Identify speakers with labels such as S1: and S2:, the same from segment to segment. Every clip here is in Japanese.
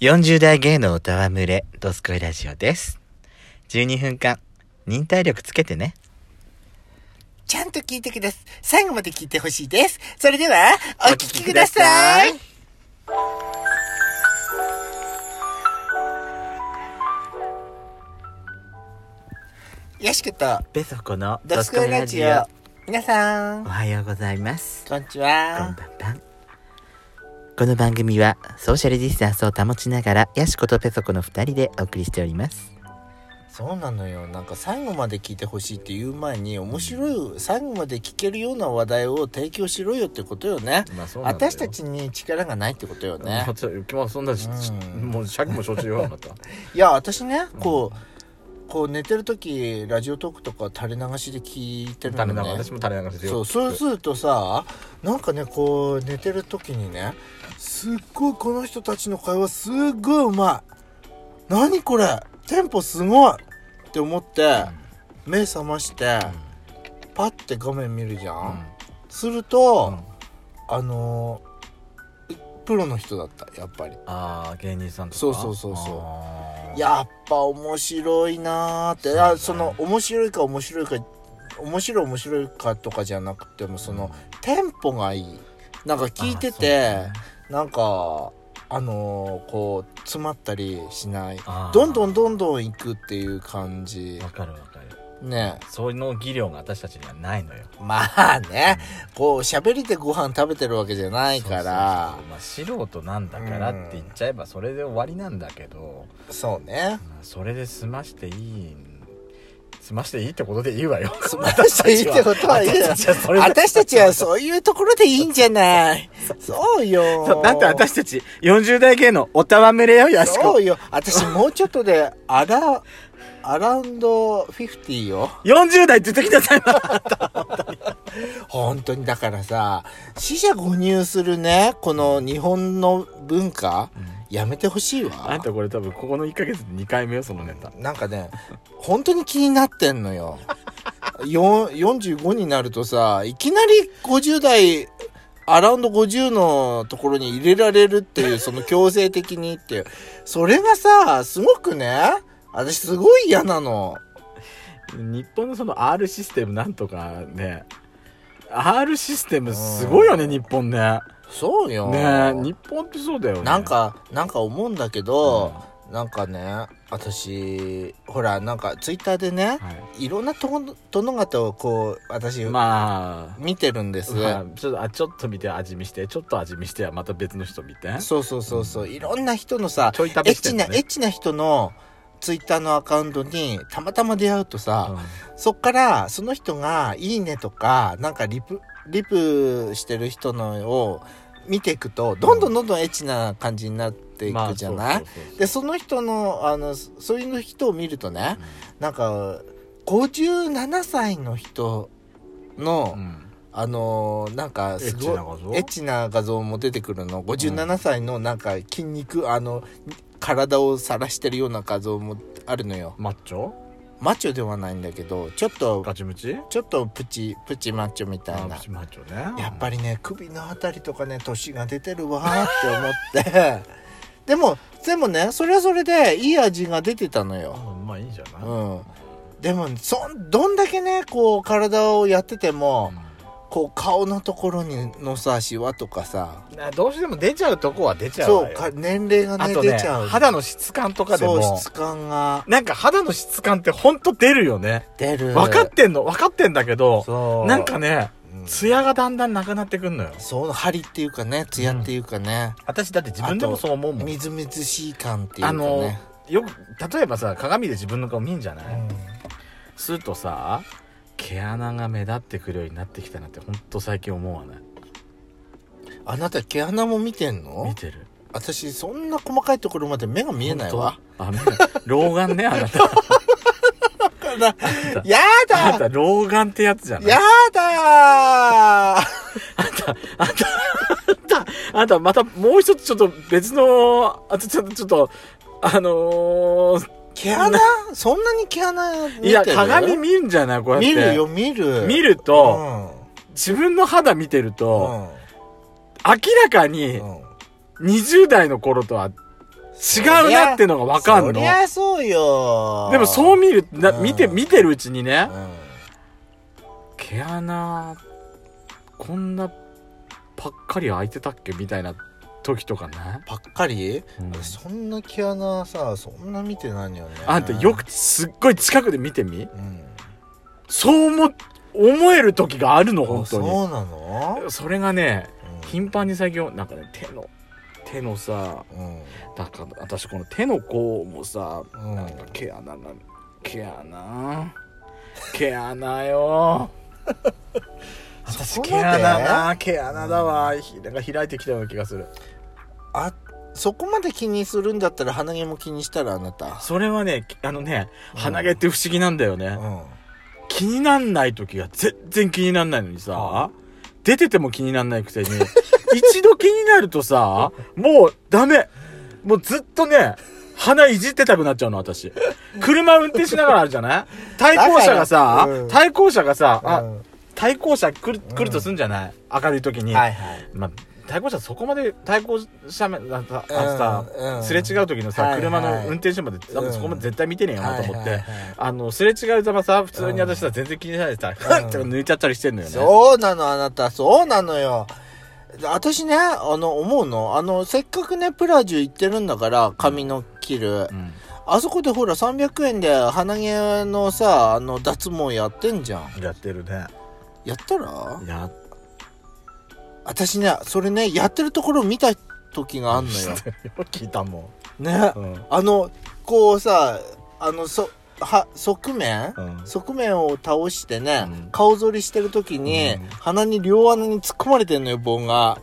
S1: 40代芸能歌わむれ、ドスコイラジオです。12分間、忍耐力つけてね。
S2: ちゃんと聞いてください。最後まで聞いてほしいです。それでは、お聞きください。よしこと、
S1: ベソコの
S2: ドスコイラジオ。皆さ
S1: お
S2: ん、
S1: はようございます。
S2: こんに
S1: こ
S2: ち
S1: んばん
S2: は。
S1: ばん。この番組は、ソーシャルディスタンスを保ちながら、ヤシコとペソコの2人でお送りしております。
S2: そうなのよ。なんか最後まで聞いてほしいって言う前に、面白い、最後まで聞けるような話題を提供しろよってことよね。
S3: まあそうなんだよ
S2: 私たちに力がないってことよね
S3: まあ。ちょまあそんなし、し
S2: うん
S3: もう借も承知よ また
S2: いや私ねこうこう寝てる時ラジオトークとか垂れ流しで聞いてる
S3: 垂れ
S2: の
S3: 流
S2: ね
S3: 私も垂れ流しで
S2: そうそうするとさなんかねこう寝てる時にねすっごいこの人たちの会話すっごいうまい何これテンポすごいって思って目覚ましてパッて画面見るじゃ
S3: うんん、
S2: する
S3: う
S2: と
S3: ん
S2: あのープロの人だったやっぱり
S3: ああ芸人さんとか
S2: そうそうそうそう
S3: あー
S2: やっぱ面白いなーってあその面白いか面白いか面白い面白いかとかじゃなくてもそのテンポがいいなんか聞いてて、なんかあのーこう詰まったりしない
S3: あー
S2: どんどんどんどん行くっていう感じ
S3: わかるわかる
S2: ね
S3: その技量が私たちにはないのよ
S2: まあねこう喋りでご飯食べてるわけじゃないか
S3: そう
S2: ら
S3: そうそうまあ素人なんだからって言っちゃえばそれで終わりなんだけど、
S2: そうね
S3: まあそれで済ましていい済ましていいってことでいいわよ
S2: 済 ましていいってことはいいよ
S3: 私たちはそれで
S2: 私たちはそういうところでいいんじゃないそうよ
S1: そうだって私たち、40代芸能、おたわめれよ、ヤシ
S2: そ
S1: コ。
S2: うよ。私もうちょっとで、アラ、アラウンドフィフティよ。
S1: 40代出てきなさい、
S2: 本当にだからさ、死者誤入するね、この日本の文化、やめてほしい
S3: あん
S2: わ。
S3: たこれ多分ここの1ヶ月で2回目よそのネタ
S2: なんかね、本当に気になってんのよ。よ45になるとさ、いきなり50代、アラウンド50のところに入れられるっていう、その強制的にっていう。それがさ、すごくね、私すごい嫌なの。
S3: 日本のその R システムなんとかね R システムすごいよね日本ね
S2: そうよ。
S3: ね日本ってそうだよね
S2: なんか、なんか思うんだけど、なんかね、私、ほら、なんかツイッターでね、、
S3: はい
S2: ろんなとこ殿方をこう、私、
S3: いまあ
S2: 見てるんです。
S3: まあちょっとあちょっと見て味見してちょっと味見してはまた別の人見て
S2: そうそうそうそう、いろんな人のさ、
S3: ちょい
S2: エ
S3: 旅
S2: ッ
S3: して
S2: チ
S3: ん
S2: な、
S3: だ
S2: エ
S3: ね
S2: ッチな人の、ツイッターのアカウントにたまたま出会うと
S3: うん
S2: さ、そっからその人が「いいね」とかなんかリプリプしてる人のを見ていくとどんどんどんどんエッチな感じになってい
S3: ま
S2: く
S3: あ
S2: じゃない
S3: そうそうそう
S2: でその人のあのそそういう人を見るとね、なんか57歳の人の、
S3: うん
S2: あのーなんかすごい
S3: エッチな画像
S2: エッチな画像も出てくるの57歳のなんか筋肉あの体を晒してるような画像もあるのよ
S3: マッチョ
S2: マッチョではないんだけどちょっと
S3: ガチムチ
S2: ちょっとプチプチマッチョみたい
S3: あ
S2: な
S3: プチマッチョね
S2: やっぱりね首のあたりとかね年が出てるわーって思って でもでもねそれはそれでいい味が出てたのよ、
S3: うんまあいいんじゃない
S2: うん、でもそんどんだけねこう体をやっててもこう顔のところにのさシワとかさ
S3: うんなどうしても出ちゃうとこは出ちゃうわ
S2: そ
S3: よ
S2: うか年齢が
S3: あ
S2: ね
S3: と
S2: 出
S3: ね
S2: ちゃう
S3: 肌の質感とかで
S2: そう
S3: も
S2: 質感が
S3: なんか肌の質感ってほんと出るよね。
S2: 出る
S3: 分かってんの、分かってんだけど、
S2: そう
S3: なんかね、
S2: うん
S3: ツヤがだんだんなくなってくんのよ。
S2: そう針っていうかねツヤっていうかね、
S3: 私だって自分でもそう思うもん。
S2: みずみずしい感っていう
S3: あ
S2: か
S3: の
S2: ね、
S3: よく、例えばさ、鏡で自分の顔見んじゃない、
S2: うん
S3: するとさ、毛穴が目立ってくるようになってきたなってほんと最近思わない。
S2: あなた毛穴も見てんの
S3: 見てる。
S2: 私そんな細かいところまで目が見えないわ
S3: ほんと。あ、見えない老 眼ね、あなた。
S2: や
S3: あな
S2: だ
S3: た、老眼ってやつじゃない
S2: やだー
S3: あんたまたもう一つちょっと別の、あとちょっと、ちょっと、あのー、
S2: 毛穴そんなに毛穴見てる
S3: いや、鏡見るんじゃないこうやって。
S2: 見るよ見る
S3: 見ると、自分の肌見てる
S2: うん
S3: と、
S2: うん
S3: 明らかに
S2: うん
S3: 20代の頃とは違うなってのがわかん
S2: そ
S3: の
S2: りゃそうよ
S3: でもそう見るな
S2: うん
S3: 見て見てるうちにね
S2: うん
S3: 毛穴こんなパッカリ開いてたっけみたいな時とかね、
S2: ばっかり
S3: うん
S2: 俺そんな毛穴さそんな見てないんだよね
S3: あんたよくすっごい近くで見てみ
S2: うん
S3: そう思思える時があるの本当
S2: あ
S3: に
S2: そうなの
S3: それがね
S2: うん
S3: 頻繁に最近なんかね手の手のさ
S2: うん
S3: だから私この手の甲もさ、
S2: うん
S3: なんか毛穴が毛穴毛穴よ私
S2: そこ
S3: 毛
S2: まで
S3: 穴な毛穴だわ、ひなんか開いてきたような気がする
S2: あそこまで気にするんだったら鼻毛も気にしたらあなた
S3: それはねきあのね
S2: うん
S3: 鼻毛って不思議なんだよね、
S2: うん
S3: 気になんない時が全然気になんないのにさ、出てても気になんないくせに 一度気になるとさもうダメもうずっとね鼻いじってたくなっちゃうの私車運転しながらあるじゃない対向車がさ、
S2: うん
S3: 対向車がさ、
S2: う
S3: あ
S2: ん
S3: 対向車来る来るとすんじゃない明るい時に、
S2: はいはい
S3: まあ、対向車そこまで対向車面あのさあのさ、
S2: うんうん
S3: すれ違う時のさ、
S2: はいはい
S3: 車の運転手まで多分そこまで絶対見てねえよなと思って、
S2: はいはいはい
S3: あのすれ違うざまさ普通に私さ全然気にしないでさ、ふんって抜いちゃったりしてんのよね
S2: そうなのあなたそうなのよ私ねあの思うのあのせっかくねプラジュ行ってるんだから髪の切る、
S3: うん
S2: あそこでほら300円で鼻毛のさあの脱毛やってんじゃん
S3: やってるね
S2: やったら
S3: や
S2: 私ねそれねやってるところ見た時があんのよ
S3: ってるよ聞いたも
S2: ね
S3: んうん
S2: あのこうさあのそは側面、
S3: うん
S2: 側面を倒してね、
S3: うん
S2: 顔剃りしてる時に、
S3: うん
S2: 鼻に両穴に突っ込まれてんのよ棒が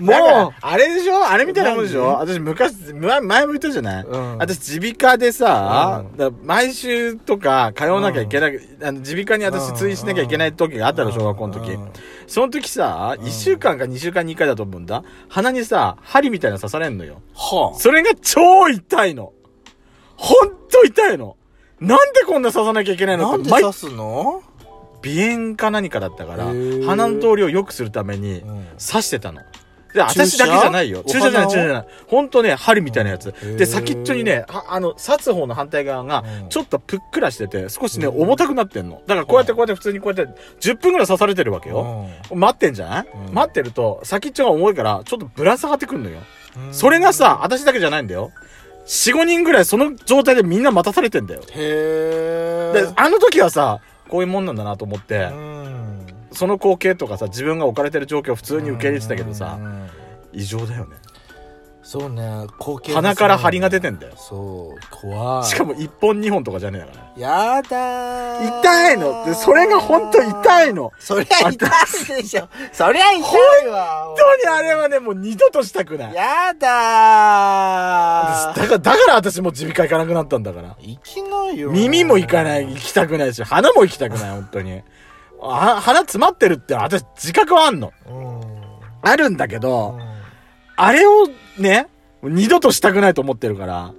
S2: も
S3: だからあれでしょあれみたいなもんでしょ私昔前前も言ったじゃない、
S2: うん
S3: 私耳鼻科でさ、
S2: うん
S3: だから毎週とか通わなきゃいけないあの耳鼻科に私通院しなきゃいけない時があったの
S2: うん
S3: 小学校の時、
S2: うん
S3: その時さ1週間か2週間に1回だと思うんだ鼻にさ針みたいなの刺されんのよ
S2: は
S3: それが超痛いの。ほんと痛いの。なんでこんな刺さなきゃいけな
S2: あ
S3: いの
S2: な
S3: か。
S2: んで
S3: 毎
S2: 刺すの、
S3: 鼻炎か何かだったから
S2: へー、
S3: 鼻の通りを良くするために
S2: うん
S3: 刺してたの。で、
S2: 注射
S3: 私だけじゃないよ。
S2: お
S3: 注射じゃな
S2: 鼻
S3: い、
S2: を
S3: 注射じゃない。ほんとね、針みたいなやつ
S2: へ。ー
S3: で、先っちょにね、はあの、刺す方の反対側が
S2: うん、
S3: ちょっとぷっくらしてて、少しね、
S2: うん
S3: 重たくなってんの。だからこうやってこうやって普通にこうやって、10分ぐらい刺されてるわけよ。待ってんじゃない
S2: うん
S3: 待ってると、先っちょが重いから、ちょっとぶら下がってくんのよ。
S2: うん
S3: それがさ、私だけじゃないんだよ。4、5人ぐらいその状態でみんな待たされてんだよ。
S2: へ
S3: で、あの時はさ、こういうもんなんだなと思って
S2: え、うん
S3: その光景とかさ、自分が置かれてる状況を普通に受け入れてたけど
S2: う
S3: さ、
S2: んうん
S3: 異常だよね。
S2: そうね光景
S3: 鼻から張りが出てんだよ。
S2: そう怖い
S3: しかも1本2本とかじゃねえからね。
S2: やだー
S3: 痛いのでそれがほんと痛いの
S2: そりゃ痛いでしょそりゃ痛いわ
S3: 本当にあれはね、もう二度としたくない。
S2: やだ
S3: だ
S2: ー
S3: から、だから私もう耳鼻科行かなくなったんだから。
S2: 行きなよ
S3: 耳も行かない、行きたくないし、鼻も行きたくない、本当に。あ鼻詰まってるって私自覚はあんの。
S2: うん
S3: あるんだけど、
S2: うん
S3: あれをね、二度としたくないと思ってる から。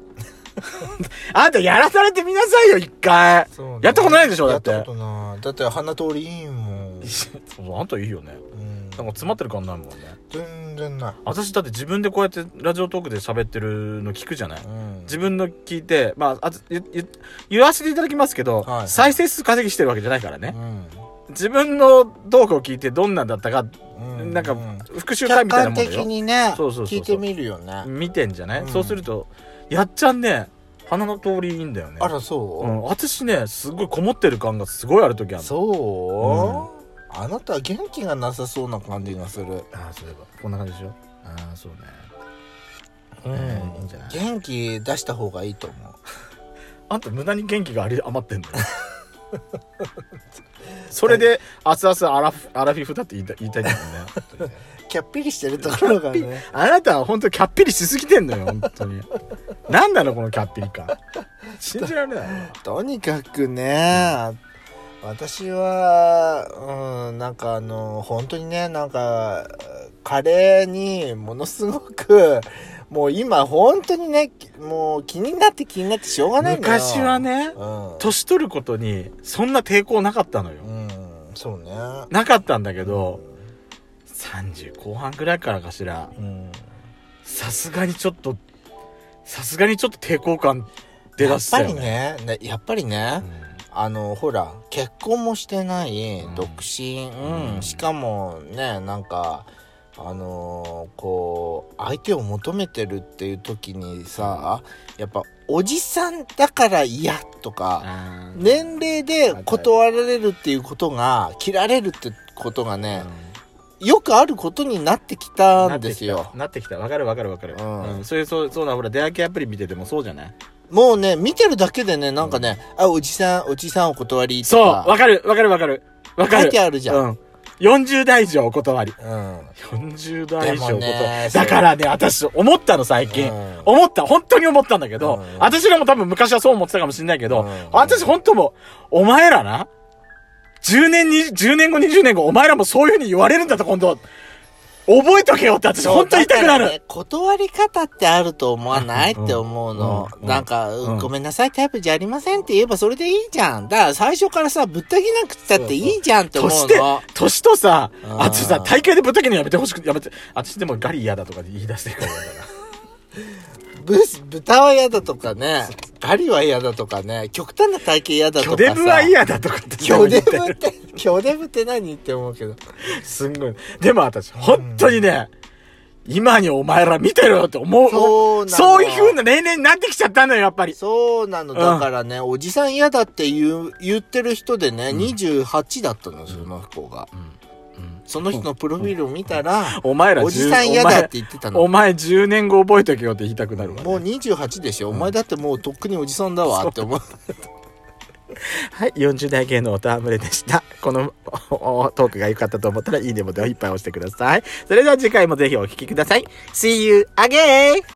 S3: あんたやらされてみなさいよ、一回。
S2: そうね
S3: やったことないでしょだって
S2: やったことないだって鼻通りいいもん、
S3: あんたいいよね。
S2: うん
S3: なんか詰まってる感ないもんね。
S2: 全然ない、
S3: 私だって自分でこうやってラジオトークで喋ってるの聞くじゃない
S2: うん
S3: 自分の聞いて、まあ、あと言言言わせていただきますけど、
S2: はい
S3: 再生数稼ぎしてるわけじゃないからね。
S2: うん
S3: 自分のトークを聞いてどんなんだったか、
S2: う
S3: なんか
S2: う
S3: 復習会
S2: 客
S3: みたいな
S2: 観
S3: もんだ
S2: 的
S3: よ。
S2: にね
S3: そうそうそうそ
S2: 聞
S3: う
S2: いてみるよね、
S3: 見てんじゃない、
S2: うん
S3: そうすると、やっちゃんね、鼻の通りいいんだよね。
S2: あらそう、
S3: うん、私ねすごいこもってる感がすごいある時ある
S2: そう、あなたは元気がなさそうな感じがする、
S3: ああそういえばこんな感じでしょああそう
S2: うん
S3: ねえーいいんじゃない
S2: 元気出した方がいいと思う
S3: あんた無駄に元気があり余ってんだよ それで熱々アラフアラフィフだって言いた言いたいんだもんね
S2: キャッピリしてるところがね
S3: あなたは本当キャッピリしすぎてんのよ本当に何なのこのキャッピリ感信じられないわ
S2: とにかくね私はうんなんかあの本当にねなんかカレーにものすごくもう今本当にねもう気になって気になってしょうがないんだよ
S3: 昔はね
S2: うん、
S3: 年取ることにそんな抵抗なかったのよ
S2: うん、そうね
S3: なかったんだけど30後半くらいからかしら
S2: うん
S3: さすがにちょっと、さすがにちょっと抵抗感出
S2: や
S3: だ
S2: っ
S3: した
S2: ぱ
S3: よ
S2: り
S3: ね。
S2: ねねやっぱりね、あのほら結婚もしてない、
S3: うん
S2: 独身、
S3: うん
S2: しかもねなんかあのーこう相手を求めてるっていう時にさやっぱおじさんだから嫌とか
S3: あー
S2: 年齢で断られるっていうことが切られるってことが
S3: う
S2: ね
S3: ん
S2: よくあることになってきたんですよ。
S3: なってきた。なってきたわかるわかるわかる。
S2: う
S3: うんん。そういう、そう、そうだ、ほら、出会いアプリ見ててもそうじゃない
S2: もうね見てるだけでねなんかね、あおじさんおじさんお断りと
S3: そう
S2: か
S3: わかるわかるわかるわか
S2: 書
S3: る
S2: いてあるじゃん。
S3: うん。40代以上お断り。
S2: うん
S3: 40代以上お
S2: でも
S3: 断
S2: ね
S3: り。だからね、私、思ったの、最近。
S2: うん
S3: 思った。本当に思ったんだけど、
S2: うん
S3: 私らも多分昔はそう思ってたかもしれないけど、
S2: うん
S3: 私本当もう、お前らな、10年に、10年後、20年後、お前らもそういう風に言われるんだと、今度、覚えとけよって、私
S2: そう
S3: 本当に痛くな
S2: だから
S3: る。
S2: ね断り方ってあると思わないって思うの
S3: うん。うん
S2: なんか、
S3: うん
S2: うんごめんなさい、タイプじゃありませんって言えばそれでいいじゃん。だから最初からさ、ぶった切なくったっていいじゃんって思
S3: と
S2: う
S3: して
S2: の。、
S3: 年とさ
S2: う、ん
S3: あとさ、大会でぶったけのやめてほしく、やめて、私でもガリ嫌だとか言い出してるからだか
S2: ぶ、豚は嫌だとかね、ガリは嫌だとかね、極端な体型嫌だ
S3: ら、
S2: とか
S3: 巨
S2: さ。
S3: デブは。嫌だとかって
S2: 巨デブって、巨デブって何って思うけど。
S3: すんごい。でも私、本当にね、今にお前ら見てろよって思う。
S2: そうなの
S3: そういう風な年齢になってきちゃったんだよ、やっぱり。
S2: そうなの。
S3: うん
S2: だからね、おじさん嫌だって言う、言ってる人でね、28だったの、その子が。その人のプロフィールを見たら、
S3: お前ら10
S2: おじさん嫌だって言ってたの
S3: お前お前10年後覚えとけよって言いたくなるわ、ね。
S2: もう28でしょ、お前だってもうとっくにおじさんだわって思う
S1: はい、40代芸能おたわむれでした。このおおトークが良かったと思ったらいいねボタンをいっぱい押してください。それでは次回もぜひお聴きください。See you again!